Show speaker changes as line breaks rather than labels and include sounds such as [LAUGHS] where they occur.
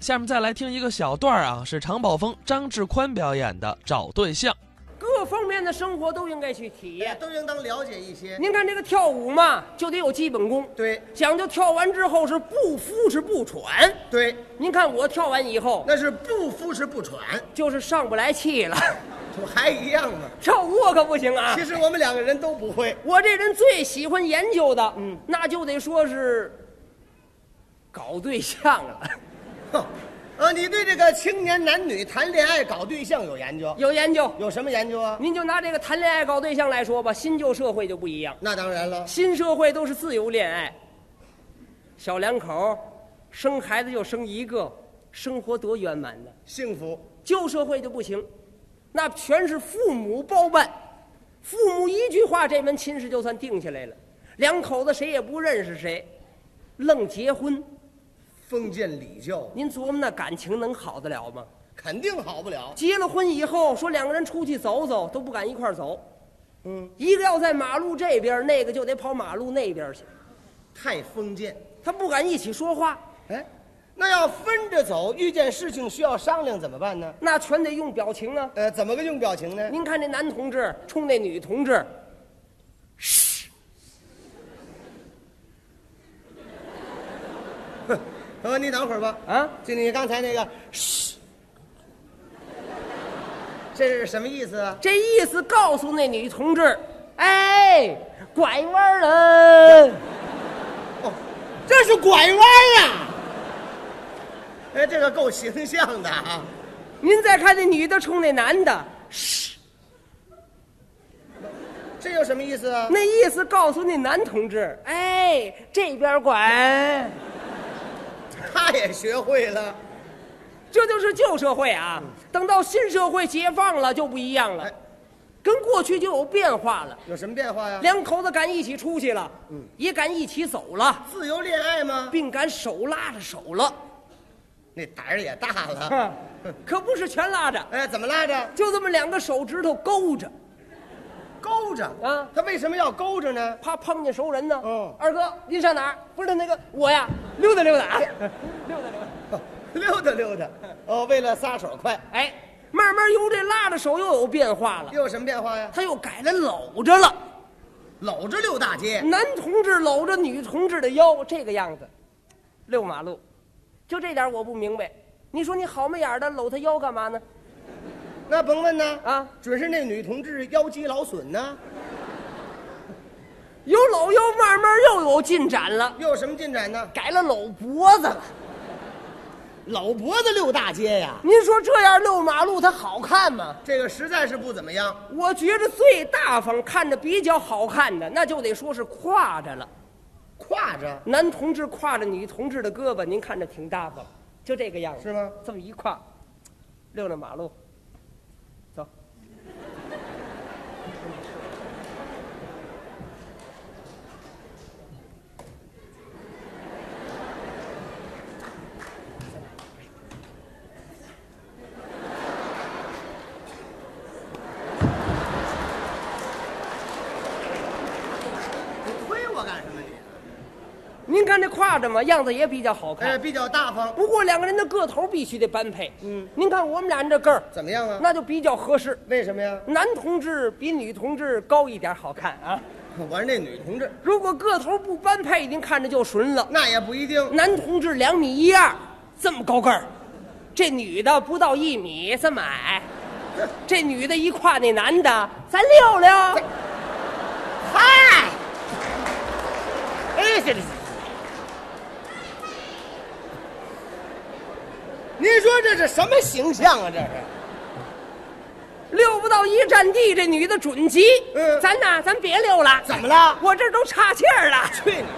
下面再来听一个小段儿啊，是常宝峰、张志宽表演的《找对象》。
各方面的生活都应该去体验。
都应当了解一些。
您看这个跳舞嘛，就得有基本功，
对
讲究跳完之后是不扶持不喘。
对，
您看我跳完以后，
那是不扶持不喘，
就是上不来气了， [LAUGHS]
这还一样吗？
跳舞我可不行啊
其。实我们两个人都不会。
我这人最喜欢研究的，嗯，那就得说是搞对象了，
哼，呃，你对这个青年男女谈恋爱搞对象有研究？
有研究。
有什么研究啊？
您就拿这个谈恋爱搞对象来说吧，新旧社会就不一样。
那当然了，
新社会都是自由恋爱，小两口儿生孩子就生一个，生活多圆满呢。
幸福。
旧社会就不行，那全是父母包办，父母一句话，这门亲事就算定下来了。两口子谁也不认识谁，愣结婚，
封建礼教
您琢磨那感情能好得了吗？
肯定好不了。
结了婚以后，说两个人出去走走都不敢一块儿走，嗯，一个要在马路这边儿，那个就得跑马路那边儿去，
太封建。
他不敢一起说话，
哎，那要分着走，遇见事情需要商量怎么办呢？
那全得用表情啊。
呃，怎么个用表情呢？
您看这男同志冲那女同志，
呃，你等会儿吧。
啊，
就你刚才那个，嘘，这是什么意思啊？
这意思告诉那女同志，哎，拐弯了。
哦，这是拐弯啊！哎，这个够形象的啊！
您再看那女的冲那男的，
这有什么意思啊？
那意思告诉那男同志，哎，这边拐。
他也学会了。
这就是旧社会啊。等到新社会解放了就不一样了
哎，
跟过去就有变化了。
有什么变化呀？
两口子敢一起出去了，
嗯
也敢一起走了，
自由恋爱吗？
并敢手拉着手了。
那胆儿也大了。
哼，可不是全拉着，
哎，怎么拉着？
就这么两个手指头勾着，
勾着
啊
他为什么要勾着呢？
怕碰见熟人呢。
嗯
二哥，您上哪儿？不是那个我呀，哦溜达溜达啊，溜达溜达。
哦溜达溜达。哦，为了撒手快。
哎，慢慢由这拉着手又有变化了，
又有什么变化呀？
他又改了搂着了。
搂着溜大街，
男同志搂着女同志的腰，这个样子，遛马路，就这点我不明白。你说你好眉眼儿的搂她腰干嘛呢？
那甭问呢
啊，
准是那女同志腰肌劳损呢。
有搂腰，慢慢又有进展了，
又有什么进展呢？
改了搂脖子了。
搂脖子溜大街呀，
您说这样遛马路，它好看吗？
这个实在是不怎么样。
我觉着最大方、看着比较好看的，那就得说是挎着了。
挎着
男同志挎着女同志的胳膊，您看着挺大方，就这个样子
是吗？
这么一挎，溜着马路，走。
你推我干什么你？啊
您看这挎着嘛，样子也比较好看。
哎，比较大方，
不过两个人的个头必须得般配。嗯，您看我们俩人这个儿，
怎么样啊？
那就比较合适。
为什么呀？
男同志比女同志高一点好看啊。
我是那女同志，
如果个头不般配，您看着就纯了。
那也不一定。
男同志两米一二，这么高个儿，这女的不到一米，这么矮。这女的一挎那男的，咱溜溜。
嗨，哎，这这。您说这是什么形象啊？这是
溜不到一站地，这女的准急。
嗯
咱呐，咱别溜了。
怎么了
我这儿都岔气儿了。
[LAUGHS] 对你的！